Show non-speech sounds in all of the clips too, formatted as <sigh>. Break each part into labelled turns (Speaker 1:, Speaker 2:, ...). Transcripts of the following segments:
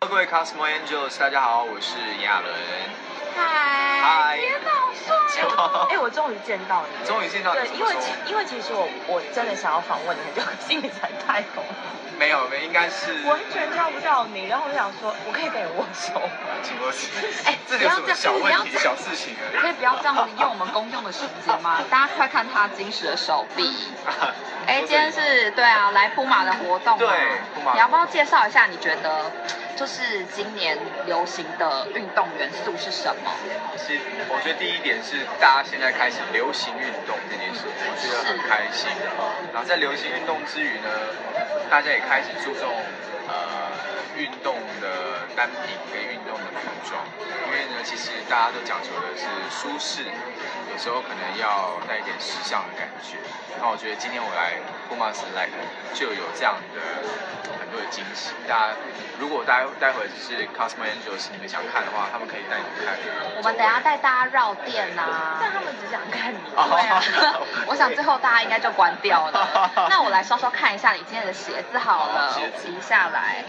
Speaker 1: 各位 Cosmo Angels，大家好，我是炎亚纶。
Speaker 2: 嗨，
Speaker 1: 嗨
Speaker 2: 天哪，好帅哦！哎、我终于见到你了，
Speaker 1: 终于见到你
Speaker 2: 对，
Speaker 1: 怎
Speaker 2: 因
Speaker 1: 么
Speaker 2: 为
Speaker 1: 说
Speaker 2: 其因为其实我我真的想要访问你 <laughs> 很久，可是你才开口，
Speaker 1: 没有，没有应该是
Speaker 2: 完全抓不到你。然后我想说，我可以跟你握手吗，
Speaker 1: 呃请过去。
Speaker 3: 哎
Speaker 1: 这里有什么小
Speaker 3: 不要
Speaker 1: 问
Speaker 3: 这
Speaker 1: 题、小
Speaker 3: 样
Speaker 1: 事情而已
Speaker 3: 可以不要这样子用我们公用的时间
Speaker 1: <laughs>
Speaker 3: 吗？大家快看他金石的手臂。
Speaker 1: 啊
Speaker 3: 哎，
Speaker 1: 说
Speaker 3: 今
Speaker 1: 这里
Speaker 3: 天是对啊，来铺马的活动嘛。
Speaker 1: 对铺马
Speaker 3: 你要不要介绍一下？你觉得就是今年流行的运动元素是什么？
Speaker 1: 是，我觉得第一点是大家现在开始流行运动这件事，我觉得很开心。然后在流行运动之余呢，大家也开始注重呃运动的单品跟运动的服装，因为呢，其实大家都讲究的是舒适，有时候可能要带一点时尚的感觉。那我觉得今天我来 Pumas Like 就有这样的很多的惊喜。大家如果待待会就是 Cosmo Angels 你们想看的话，他们可以带你们看。
Speaker 3: 我们等一下带大家绕店呐、
Speaker 2: 但他们只想看你。
Speaker 1: 哦
Speaker 3: 对 <laughs> 啊，我想最后大家应该就关掉 <laughs> 了。那我来稍稍看一下你今天的鞋子好了，
Speaker 1: 好鞋
Speaker 3: 我
Speaker 1: 子
Speaker 3: 提下来，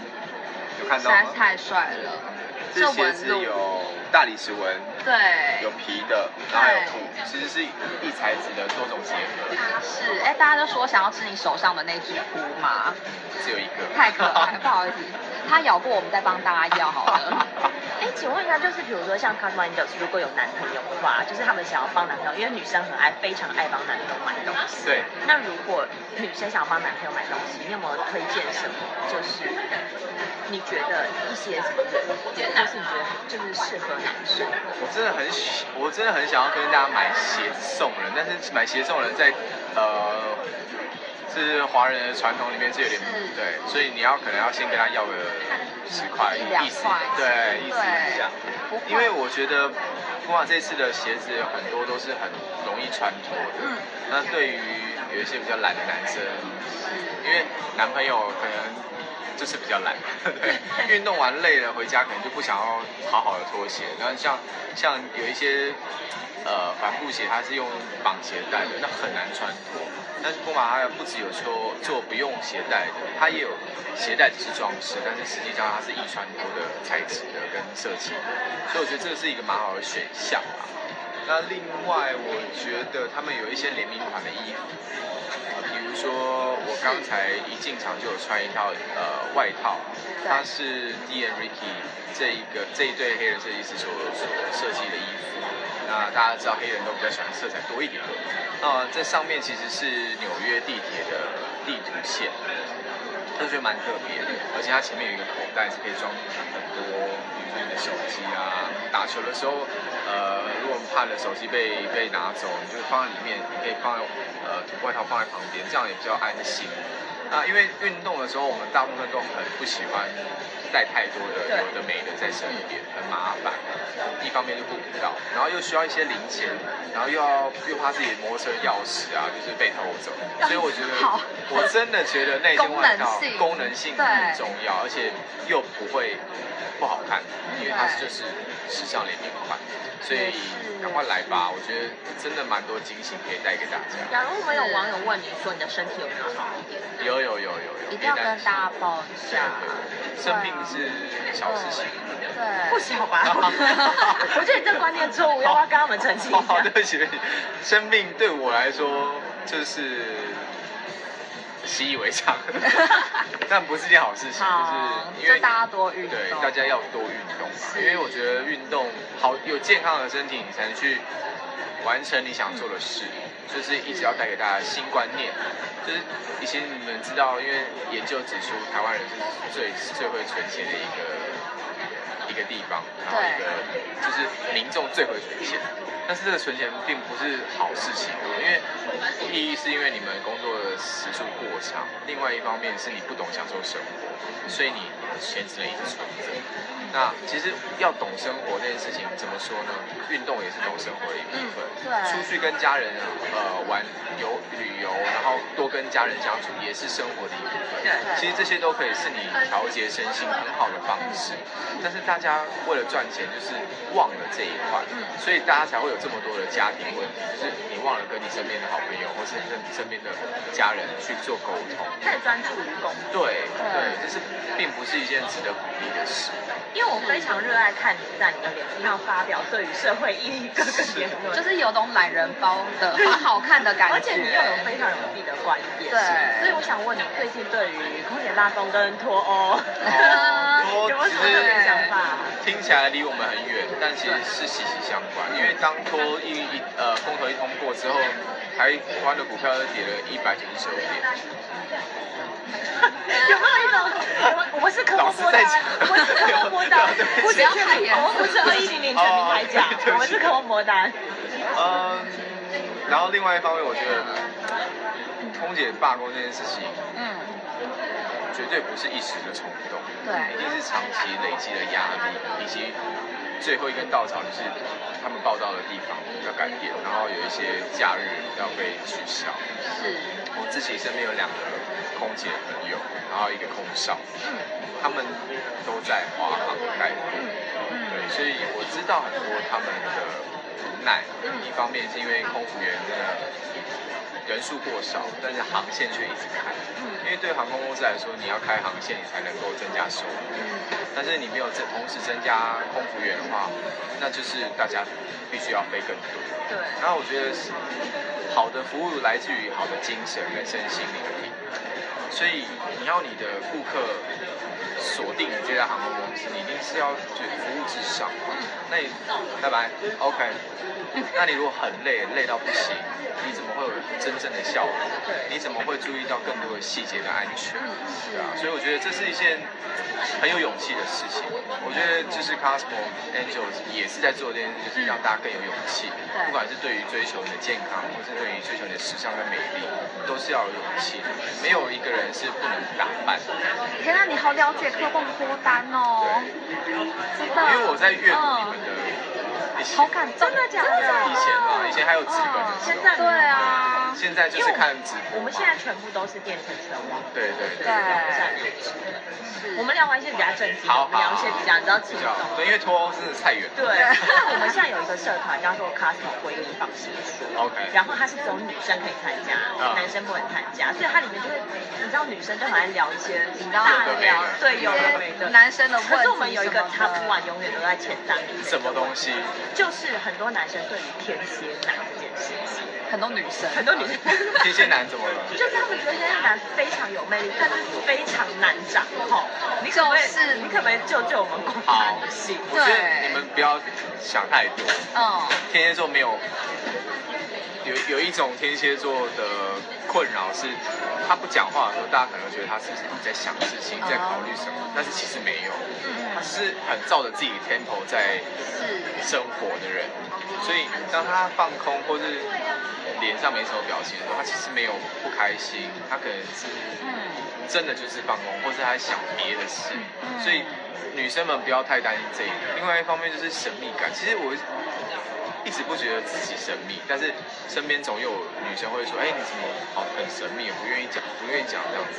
Speaker 1: 有看
Speaker 3: 实
Speaker 1: 到
Speaker 3: 在是
Speaker 1: 吗？
Speaker 3: 太帅了。
Speaker 1: 这鞋子有大理石纹，
Speaker 3: 对
Speaker 1: 有，皮的，然后还有布，其实是异材质的多种结合，
Speaker 3: 是哎，大家都说想要吃你手上的那只菇嘛，
Speaker 1: 只有一个。
Speaker 3: 太可爱，不好意思，它咬过我们再帮大家咬好了。
Speaker 2: 哎、请问一下，就是比如说像 Cosmo Angels，如果有男朋友的话，就是他们想要帮男朋友，因为女生很爱，非常爱帮男朋友买东
Speaker 1: <laughs>
Speaker 2: 西。
Speaker 1: 对，
Speaker 2: 那如果女生想要帮男朋友买东西，你有没有推荐什么？就是你觉得一些什么原因，或是你觉得就是适合男生？
Speaker 1: 我真的很喜，我真的很想要跟大家买鞋子送人，但是买鞋送人在呃，是华人的传统里面是有点
Speaker 3: 是
Speaker 1: 对，所以你要可能要先跟他要个十块，
Speaker 3: 一两
Speaker 1: 意思
Speaker 3: 块
Speaker 1: 对，意思一下。
Speaker 3: 不会
Speaker 1: 因为我觉得普马这次的鞋子很多都是很容易穿脱的，
Speaker 3: 嗯
Speaker 1: 那对于有一些比较懒的男生，因为男朋友可能就是比
Speaker 3: <laughs>
Speaker 1: 较懒，对，运动完累了回家可能就不想要好好的脱鞋，然后像像有一些呃帆布鞋，它是用绑鞋带的，那很难穿脱。但是波马它不只有说做不用鞋带的，它也有鞋带只是装饰，但是实际上它是易穿脱的材质的跟设计的，所以我觉得这是一个蛮好的选项啦。那另外，我觉得他们有一些联名款的衣服，比如说我刚才一进场就有穿一套呃外套，它是 D N Ricky 这一个这一对黑人设计师所所设计的衣服。那大家知道黑人都比较喜欢色彩多一点，那这上面其实是纽约地铁的地图线，我觉得蛮特别的，而且它前面有一个口袋是可以装很多，比如说你的手机啊，打球的时候，呃，如果我们怕你的手机被被拿走，你就放在里面，你可以放在呃外套放在旁边，这样也比较安心。啊，因为运动的时候，我们大部分都很不喜欢带太多的
Speaker 2: 对
Speaker 1: 有的没的在身边，很麻烦。一方面就顾不到，然后又需要一些零钱，然后又要又怕自己摩托车钥匙啊，就是被偷走。所以我觉得
Speaker 3: 好，
Speaker 1: 我真的觉得那件外套
Speaker 3: 功能性
Speaker 1: 功能性很重要，而且又不会不好看，因为它就是时尚联名款，所以
Speaker 3: 也是
Speaker 1: 赶快来吧！我觉得真的蛮多惊喜可以带给大家。
Speaker 2: 假如我们有网友问你说你的身体有没有好一点，
Speaker 1: 有有有有有，
Speaker 3: 一定要跟大家报一
Speaker 1: 对
Speaker 3: 下。
Speaker 1: 对对生病是小事情。
Speaker 3: 对，
Speaker 2: 不小 <laughs> 吧？我觉得你这观念 <laughs> 错误，要不要跟他们澄
Speaker 3: <laughs>
Speaker 2: 清一
Speaker 1: 哦，<laughs>
Speaker 2: 下 <laughs>
Speaker 1: 对？不起，对不起，生病对我来说就是习以为
Speaker 3: <laughs>
Speaker 1: 常，但不是件好事情，就
Speaker 3: 好，
Speaker 1: 是因
Speaker 3: 就
Speaker 1: 为
Speaker 3: 大家多运动。
Speaker 1: 对大家要多运动嘛，
Speaker 3: 是
Speaker 1: 因为我觉得运动好有健康的身体，你才能去完成你想做的事。就是一直要带给大家新观念，就是以前你们知道，因为研究指出台湾人是最最会存钱的一个一个地方，然后一个就是民众最会存钱。但是这个存钱并不是好事情，哦因为第一是因为你们工作的时数过长，另外一方面是你不懂享受生
Speaker 3: 嗯
Speaker 1: 活，所以你钱只能一直存着。那其实要懂生活这件事情，怎么说呢？运动也是懂生活的一部分。
Speaker 3: 嗯对
Speaker 1: 出去跟家人呃玩游旅游，然后多跟家人相处，也是生活的一部分。
Speaker 2: 对
Speaker 1: 其实这些都可以是你调节身心很好的方式，但是大家为了赚钱，就是忘了这一块，所以大家才会有这么多的家庭问题，就是你忘了跟你身边的好朋友或是跟身边的家人去做沟通。
Speaker 2: 太专注于工作。
Speaker 1: 对对，就是并不是一件值得鼓励的事。
Speaker 2: 因为我非常热爱看你在你的脸书上发表对于社会意义各个言论，
Speaker 3: 就是有种懒人包的很好看的感觉。
Speaker 2: 而且你又有非常有自己的观点，
Speaker 3: 对
Speaker 2: 所以我想问你，最近对于空姐拉风跟脱欧
Speaker 1: 脱欧
Speaker 2: <laughs> 有没有什么特别想法？
Speaker 1: 听起来离我们很远，但其实是息息相关。因为当脱一一呃公投一通过之后，台湾的股票又跌了一百九十九点。
Speaker 2: 有没有一种，我们是科波波的啊，我们是科波波的啊，不是
Speaker 3: 不要太严肃
Speaker 2: 我们不是二一零零全民开奖
Speaker 1: 哦对对不，起
Speaker 2: 我们是科波波的啊。
Speaker 1: 嗯，然后另外一方面，我觉得空姐罢工这件事情
Speaker 3: 嗯，
Speaker 1: 绝对不是一时的冲动，一
Speaker 3: 对，
Speaker 1: 定是长期累积的压力，以及最后一根稻草就是他们报道的地方要改变，然后有一些假日要被取消。
Speaker 3: 是，
Speaker 1: 我自己身边有两个空姐朋友，然后一个空少，
Speaker 3: 嗯
Speaker 1: 他们都在华航待过。对，
Speaker 3: 嗯
Speaker 1: 所以我知道很多他们的无奈。
Speaker 3: 嗯
Speaker 1: 一方面是因为空服员真的人数过少，但是航线却一直开。
Speaker 3: 嗯
Speaker 1: 因为对航空公司来说，你要开航线，你才能够增加收入。
Speaker 3: 嗯，
Speaker 1: 但是你没有这同时增加空服员的话，那就是大家必须要飞更多。
Speaker 3: 对，
Speaker 1: 然后我觉得是好的服务来自于好的精神跟身心灵的平衡，所以你要你的顾客锁定你这家航空公司，你一定是要觉得服务至上。那你拜拜，OK。那你如果很累，累到不行，你怎么会有真正的效果？你怎么会注意到更多的细节跟安全？对啊，所以我觉得这是一件很有勇气的事情。我觉得就是 Cosmo Angels 也是在做这件事，就是让大家更有勇气。
Speaker 3: 对
Speaker 1: 不管是对于追求你的健康，或是对于追求你的时尚跟美丽，都是要有勇气的。没有一个人是不能打扮的。
Speaker 3: 天呐，你好了解科梦脱单哦，真
Speaker 1: 因
Speaker 3: 的，
Speaker 1: 为我在阅读你们
Speaker 3: 嗯
Speaker 1: 的一些
Speaker 3: 好感动，啊真的假
Speaker 2: 的
Speaker 1: 以前嘛，以前还有纸本的时
Speaker 2: 现
Speaker 1: 候，
Speaker 2: 在
Speaker 3: 对啊，
Speaker 1: 现在就是看直播嘛。
Speaker 2: 我们现在全部都是电子车网，
Speaker 1: 对对对
Speaker 3: 对。
Speaker 2: 对我们聊完一些比较正经的，
Speaker 1: 好
Speaker 2: 我们聊一些比较你知道
Speaker 1: 比
Speaker 2: 轻松
Speaker 1: 较
Speaker 2: 的。
Speaker 1: 对，因为脱欧真的太远了。
Speaker 2: 对，因为我们现在有一个社团叫做 Cosmo 闺蜜放心说
Speaker 1: OK
Speaker 2: 然后它是只有女生可以参加，
Speaker 1: 嗯
Speaker 2: 男生不能参加，所以它里面就会，你知道女生就很爱聊一些
Speaker 3: 你知道
Speaker 2: 大
Speaker 1: 有的没
Speaker 2: 聊
Speaker 1: 的，
Speaker 2: 对，有的没的。
Speaker 3: 男生的问题，
Speaker 2: 可是我们有一个 top one 永远都在前三名，
Speaker 1: 什么东西？
Speaker 2: 就是很多男生对于天蝎男这件事情，
Speaker 3: 很多女生，
Speaker 2: 很多女生。
Speaker 1: <laughs> 天蝎男怎么了？
Speaker 2: 就是他们觉得天蝎男非常有魅力，但是非常难掌控。你可不可以？
Speaker 3: 就是
Speaker 2: 你可不可以救救我们广大
Speaker 1: 好
Speaker 2: 女性？，
Speaker 1: 我觉得你们不要想太多。
Speaker 3: 嗯，
Speaker 1: 天蝎座没有有有一种天蝎座的困扰是，他不讲话的时候，大家可能觉得他是不是在想事情，在考虑什么，但是其实没有，他
Speaker 3: 嗯，
Speaker 1: 是很照着自己 tempo 在
Speaker 3: 是，
Speaker 1: 生活的人，所以当他放空或是脸上没什么表情的时候，他其实没有不开心，他可能是
Speaker 3: 嗯。
Speaker 1: 真的就是放空，或是他在想别的事。
Speaker 3: 嗯
Speaker 1: 所以女生们不要太担心这一点。另外一方面就是神秘感，其实我一直不觉得自己神秘，但是身边总有女生会说：“哎、你怎么好很神秘，不愿意讲，不愿意讲这样子。”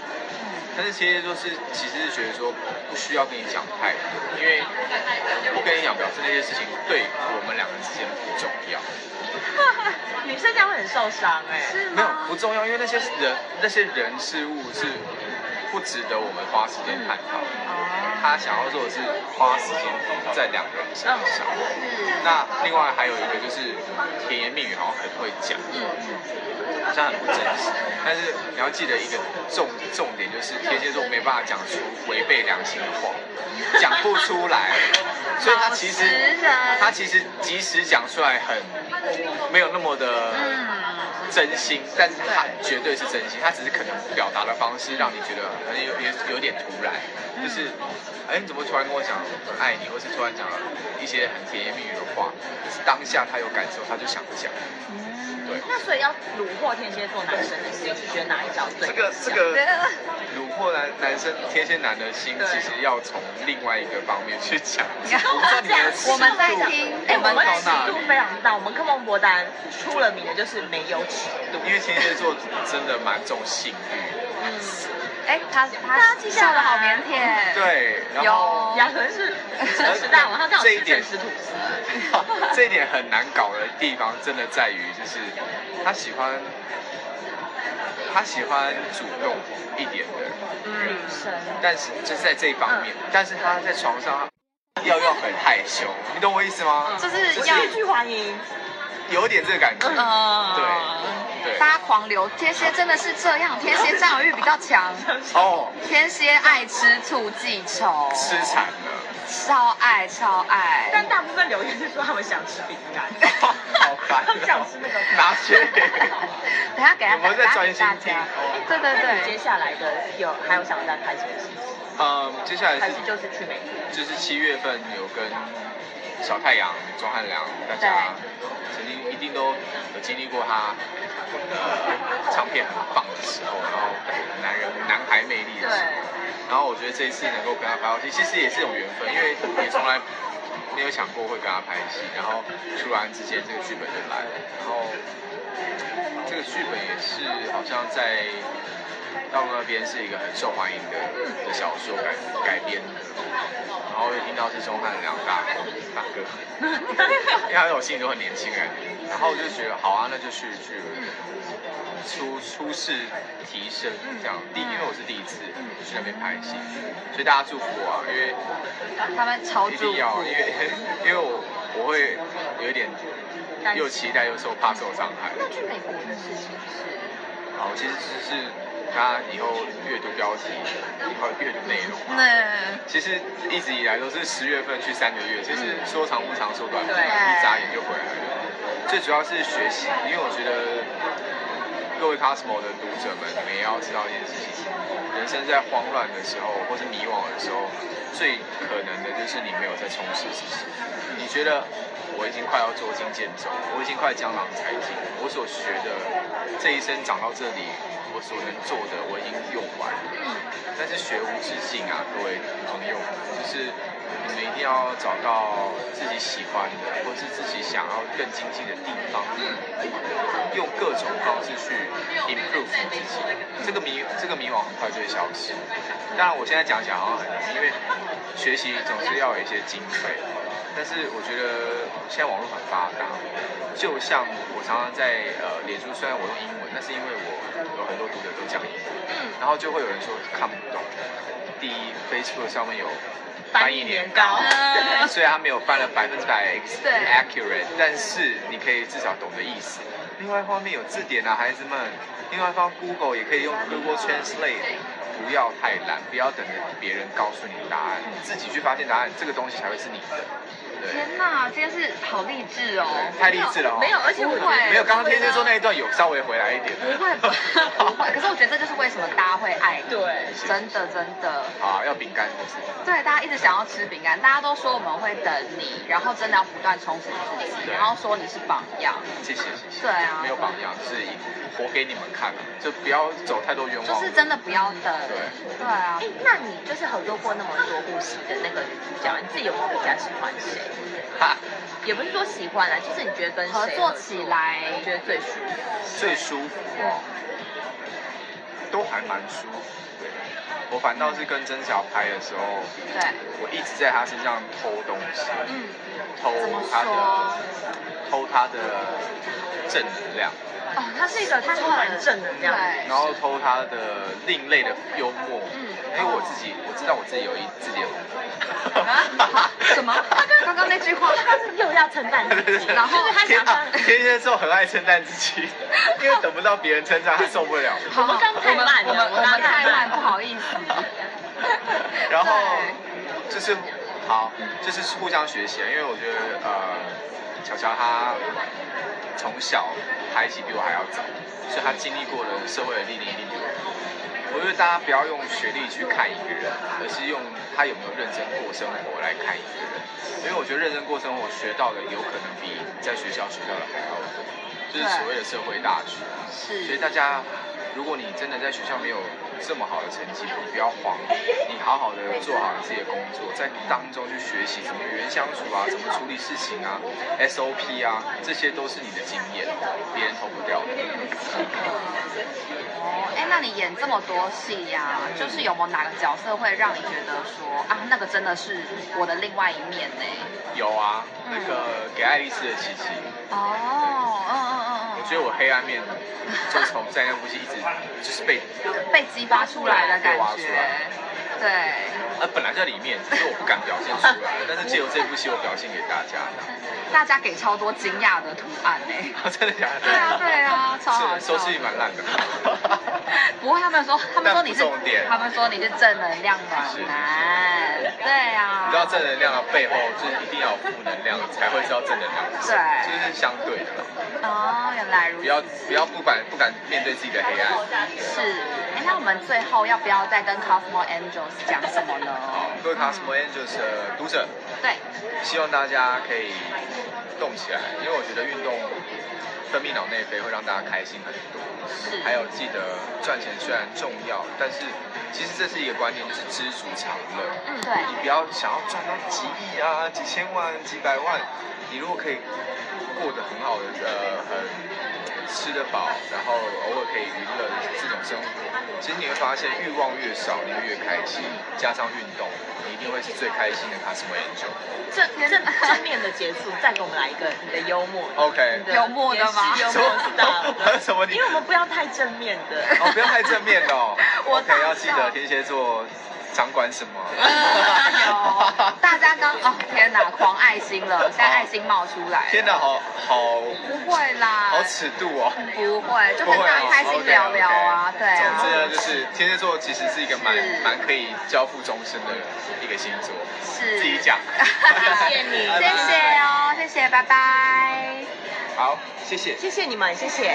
Speaker 1: 但是天蝎座是其实是觉得说不需要跟你讲太多，因为不跟你讲表示那些事情对我们两个之间不重要，
Speaker 2: 女生这样会很受伤哎、
Speaker 3: 是 <laughs>
Speaker 1: 没有
Speaker 3: 吗？
Speaker 1: 不重要，因为那些人那些人事物是不值得我们花时间探讨的。
Speaker 3: 哦，
Speaker 1: 他想要做的是花时间在两个人身上。
Speaker 3: 是，
Speaker 1: 那另外还有一个就是甜言蜜语好像很会讲，
Speaker 3: 嗯，
Speaker 1: 好像很不真实。但是你要记得一个重重点，就是天蝎座没办法讲出违背良心的
Speaker 3: <laughs>
Speaker 1: 话，讲不出来。所以他其实
Speaker 3: 老实人
Speaker 1: 他其实即使讲出来很没有那么的
Speaker 3: 嗯，
Speaker 1: 真心，但是他绝对是真心，他只是可能表达的方式让你觉得很有有有点突然，就是，哎、你怎么突然跟我讲我爱你，或是突然讲了一些很甜言蜜语的话，是当下他有感受，他就想讲。对，
Speaker 2: 那所以要虏获天蝎座男生的心，你觉得哪一招最？
Speaker 1: 这个这个虏获男男生天蝎男的心，
Speaker 2: 对
Speaker 1: 其实要从另外一个方面去讲。
Speaker 3: <laughs> 你看
Speaker 1: 我不知道你的尺度
Speaker 3: 我们在听
Speaker 1: 我
Speaker 2: 哎、我
Speaker 1: 们
Speaker 2: 们
Speaker 1: 到
Speaker 2: 的尺
Speaker 1: 哪
Speaker 2: 度
Speaker 1: 里
Speaker 2: 非常大，我们科梦博丹出了名的就是没有尺度。
Speaker 1: 因为天蝎座真的蛮重性欲的，
Speaker 2: 嗯，
Speaker 3: 哎，他
Speaker 2: 大
Speaker 3: 他
Speaker 2: 家记下
Speaker 3: 笑
Speaker 2: 来
Speaker 3: 的好腼腆，，
Speaker 1: 对，然后
Speaker 3: 有
Speaker 2: 亚伦是诚实大王，他刚好
Speaker 1: 这
Speaker 2: 是
Speaker 1: 一点
Speaker 2: 诚实吐司。
Speaker 1: <laughs> 这一点很难搞的地方，真的在于就是他喜欢他喜欢主动一点的人，
Speaker 2: 女生，
Speaker 1: 但是就是在这一方面，但是他在床上要要很害羞，你懂我意思吗？
Speaker 3: 就是
Speaker 2: 就
Speaker 3: 要
Speaker 2: 是欲拒还迎，
Speaker 1: 有点这个感觉，
Speaker 3: 嗯，
Speaker 1: 对对
Speaker 3: 发狂流，天蝎真的是这样，天蝎占有欲比较强，
Speaker 1: 哦，
Speaker 3: 天蝎爱吃醋记仇，
Speaker 1: 吃惨了，
Speaker 3: 超爱超爱，
Speaker 2: 但大部分留言是说他们想吃饼干，
Speaker 1: 好烦、哦，
Speaker 2: 他们 <laughs> 想吃那个
Speaker 1: 拿去，
Speaker 3: 等一下给他
Speaker 1: 我们在
Speaker 3: 打
Speaker 1: 专
Speaker 3: 给
Speaker 1: 心
Speaker 3: 大
Speaker 1: 听
Speaker 3: 家，。对对
Speaker 2: 那你接
Speaker 3: 对，
Speaker 2: 下来的有还有想要再拍什么事情？
Speaker 1: 嗯，接下来
Speaker 2: 还
Speaker 1: 是
Speaker 2: 是就是去美国？ <laughs>
Speaker 1: 就是七月份有跟小太阳、钟汉良，大家曾经一定都有经历过他呃唱片很棒的时候，然后男人男孩魅力的时候。然后我觉得这一次能够跟他拍到戏，其实也是一种缘分，因为也从来没有想过会跟他拍戏，然后突然之间这个剧本就来了，然后这个剧本也是好像在大陆那边是一个很受欢迎的的小说改改编的，然后又听到是钟汉良大哥大哥，因为他在我心里都很年轻人，然后我就觉得好啊，那就去去
Speaker 2: 嗯
Speaker 1: 初初试提升
Speaker 2: 嗯
Speaker 1: 这样，第因为我是第一次去那边拍戏，所以大家祝福我啊，因为。
Speaker 3: 他们超
Speaker 1: 一
Speaker 3: 主
Speaker 1: 定要，因为
Speaker 2: <laughs>
Speaker 1: 因为我我会有点
Speaker 2: 担心
Speaker 1: 又期待又受怕受伤害。
Speaker 2: 那去美国的事情是，
Speaker 1: 好，其实就是大家以后阅读标题，以后阅读内容啊。
Speaker 3: 那
Speaker 1: 其实一直以来都是十月份去三个月，其实说长不长，说短不短，
Speaker 3: 对
Speaker 1: 一眨眼就回来了。最主要是学习，因为我觉得各位 Cosmo 的读者们，你们也要知道一件事情：人生在慌乱的时候，或是迷惘的时候，最可能的就是你没有在充实自己。你觉得我已经快要捉襟见肘，我已经快江郎才尽，我所学的这一生长到这里，我所能做的我已经用完了。但是学无止境啊，各位朋友，就是你们一定要找到自己喜欢的，或是自己想要更精进的地方，用各种方式去 improve 自己。这个迷这个迷惘很快就会消失。当然，我现在讲起来好像很难，因为学习总是要有一些经费。但是我觉得现在网络很发达，就像我常常在呃脸书，虽然我用英文，但是因为我有很多读者都讲英文。
Speaker 2: 嗯
Speaker 1: 然后就会有人说看不懂。第一，Facebook 上面有
Speaker 2: 翻译年糕
Speaker 3: 嗯
Speaker 1: 虽然它没有翻了百分之百 ex-
Speaker 3: 对
Speaker 1: accurate，但是你可以至少懂得意思。另外一方面有字典啊，孩子们；另外一方 Google 也可以用 Google Translate。不要太懒，不要等着别人告诉你答案，你自己去发现答案，这个东西才会是你的。对，
Speaker 3: 天哪，今天是好励志哦，
Speaker 1: 太励志了哦！
Speaker 2: 没有，而且我
Speaker 3: 不会
Speaker 1: 没有，刚刚天蝎座那一段有稍微回来一点。
Speaker 3: 不会不
Speaker 1: <laughs>
Speaker 3: 会， <laughs> 可是我觉得这就是为什么大家会爱你，
Speaker 2: 对，
Speaker 3: 真的真的。
Speaker 1: 好，要饼干就是。
Speaker 3: 对，大家一直想要吃饼干，大家都说我们会等你，然后真的要不断充实自己，
Speaker 1: 对
Speaker 3: 然后说你是榜样，
Speaker 1: 谢谢谢谢。
Speaker 3: 对啊
Speaker 1: 没有榜样，就是活给你们看，啊就不要走太多冤枉
Speaker 3: 就
Speaker 1: 路。
Speaker 3: 是真的不要等。
Speaker 1: 对
Speaker 3: 对啊
Speaker 2: 哎，，那你就是合作过那么多部戏的那个女主角，你自己有没有比较喜欢谁？
Speaker 1: 哈，
Speaker 2: 也不是说喜欢啦，啊就是你觉得跟谁
Speaker 3: 合作起来
Speaker 2: 你觉得最舒服？
Speaker 1: 最舒服哦，都还蛮舒服。对，我反倒是跟曾小拍的时候，
Speaker 3: 对，
Speaker 1: 我一直在他身上偷东西，
Speaker 3: 嗯，
Speaker 1: 偷
Speaker 3: 怎么
Speaker 1: 他
Speaker 3: 说
Speaker 1: 的，？偷他的正能量，
Speaker 3: 哦，他是一个
Speaker 2: 他充满正能量
Speaker 3: 对
Speaker 1: 然后偷他的另类的幽默。
Speaker 3: 嗯
Speaker 1: 因为我自己我知道我自己有一自己的风格
Speaker 3: 啊。什么？
Speaker 1: <laughs>
Speaker 3: 刚刚那句话，
Speaker 2: 哦他是又要称赞自 <laughs> 己，
Speaker 3: 然后
Speaker 2: 就是他
Speaker 1: 天
Speaker 2: 想
Speaker 1: 啊
Speaker 2: 象，
Speaker 1: 天蝎座很爱称赞自己，因为等不到别人称赞，他受不了。
Speaker 3: 好
Speaker 2: 我们刚太慢了
Speaker 3: 我们
Speaker 2: 我
Speaker 3: 我
Speaker 2: 们刚
Speaker 3: 们
Speaker 2: 太
Speaker 3: 太
Speaker 2: 慢
Speaker 3: 慢，
Speaker 2: 了
Speaker 3: 不好意思。
Speaker 1: 然后
Speaker 3: 对
Speaker 1: 就是好，就是互相学习，啊因为我觉得呃，巧巧她从小拍戏比我还要早，所以她经历过的社会的历练一定比我多。我觉得大家不要用学历去看一个人，而是用他有没有认真过生活来看一个人。因为我觉得认真过生活学到的，有可能比在学校学到的还要多，就是所谓的社会大学。所以
Speaker 3: 是，
Speaker 1: 大家，如果你真的在学校没有这么好的成绩，你不要慌，你好好的做好你自己的工作，在当中去学习怎么与人相处啊，怎么处理事情啊，SOP 啊，这些都是你的经验，别人偷不掉的。
Speaker 3: 哦，哎，那你演这么多戏呀、就是有没有哪个角色会让你觉得说啊，那个真的是我的另外一面呢？
Speaker 1: 有啊，那个给爱丽丝的琪琪，
Speaker 3: 哦，嗯嗯嗯嗯，
Speaker 1: 我所以我黑暗面就从在那部戏一直就是被
Speaker 3: 被激发出来的感
Speaker 1: 被挖出
Speaker 3: 觉
Speaker 1: 来，
Speaker 3: 对，
Speaker 1: 呃本来在里面，只是我不敢表现出来，但是借由这部戏我表现给大家，
Speaker 3: 大家给超多惊讶的图案欸
Speaker 1: <laughs>
Speaker 3: 呢、
Speaker 1: 真的假的？
Speaker 3: 对啊
Speaker 1: <laughs>
Speaker 3: 对啊超好
Speaker 1: 是收
Speaker 3: 笑
Speaker 1: 视率蛮烂的。
Speaker 3: <laughs> 不会，他们说，他们说你是
Speaker 1: 但不重点，
Speaker 3: 他们说你是正能量暖
Speaker 1: 是
Speaker 3: 男，对啊，
Speaker 1: 你知道正能量的背后，就是一定要有负能量，你才会知道正能量是什么，
Speaker 3: 对
Speaker 1: 就是相对的啦。
Speaker 3: 哦，原来如
Speaker 1: 不
Speaker 3: 此，
Speaker 1: 要不要不敢不敢面对自己的黑暗。
Speaker 3: 是，哎，那我们最后要不要再跟 Cosmo Angels 讲什么呢？
Speaker 1: 好，各位 Cosmo Angels 的呃读者，
Speaker 3: 对，
Speaker 1: 希望大家可以动起来，因为我觉得运动分泌脑内啡会让大家开心很多。
Speaker 3: 是，
Speaker 1: 还有记得赚钱虽然重要，但是其实这是一个观念，就是知足常乐。
Speaker 3: 嗯，对，
Speaker 1: 你不要想要赚到几亿啊、几千万、几百万，你如果可以过得很好的，呃，很吃得饱，然后偶尔可以娱乐这种生活，其实你会发现欲望越少，你会越开心，加上运动，你一定会是最开心的 Cosmo Angel。
Speaker 2: 正正正面的结束，再给我们来一个你的幽默。
Speaker 1: OK，
Speaker 2: 你的
Speaker 3: 幽默的吗。
Speaker 2: 也是幽默
Speaker 1: <laughs> 什么
Speaker 2: star，
Speaker 1: 什么你
Speaker 2: 因为我们不要太正面的。
Speaker 1: 哦，
Speaker 2: <laughs>
Speaker 1: 不要太正面哦
Speaker 3: 我
Speaker 1: OK，要
Speaker 3: 大笑
Speaker 1: 记得天蝎座掌管什么？
Speaker 3: 有，哎大家刚哦，天哪，狂爱心了，现在爱心冒出来
Speaker 1: <laughs>
Speaker 3: 了，
Speaker 1: 天哪，好好
Speaker 3: 不会啦，
Speaker 1: 好尺度哦。
Speaker 3: 不会，就跟大家开心聊聊啊，对啊
Speaker 1: 总之，呢，就是天蝎座其实是一个蛮
Speaker 3: 是
Speaker 1: 蛮可以交付终身的一个星座。
Speaker 3: 是
Speaker 1: 自己讲
Speaker 2: 谢谢你
Speaker 3: <laughs> 谢谢哦，谢谢，拜拜。
Speaker 1: 好，谢谢。
Speaker 2: 谢谢你们，谢谢。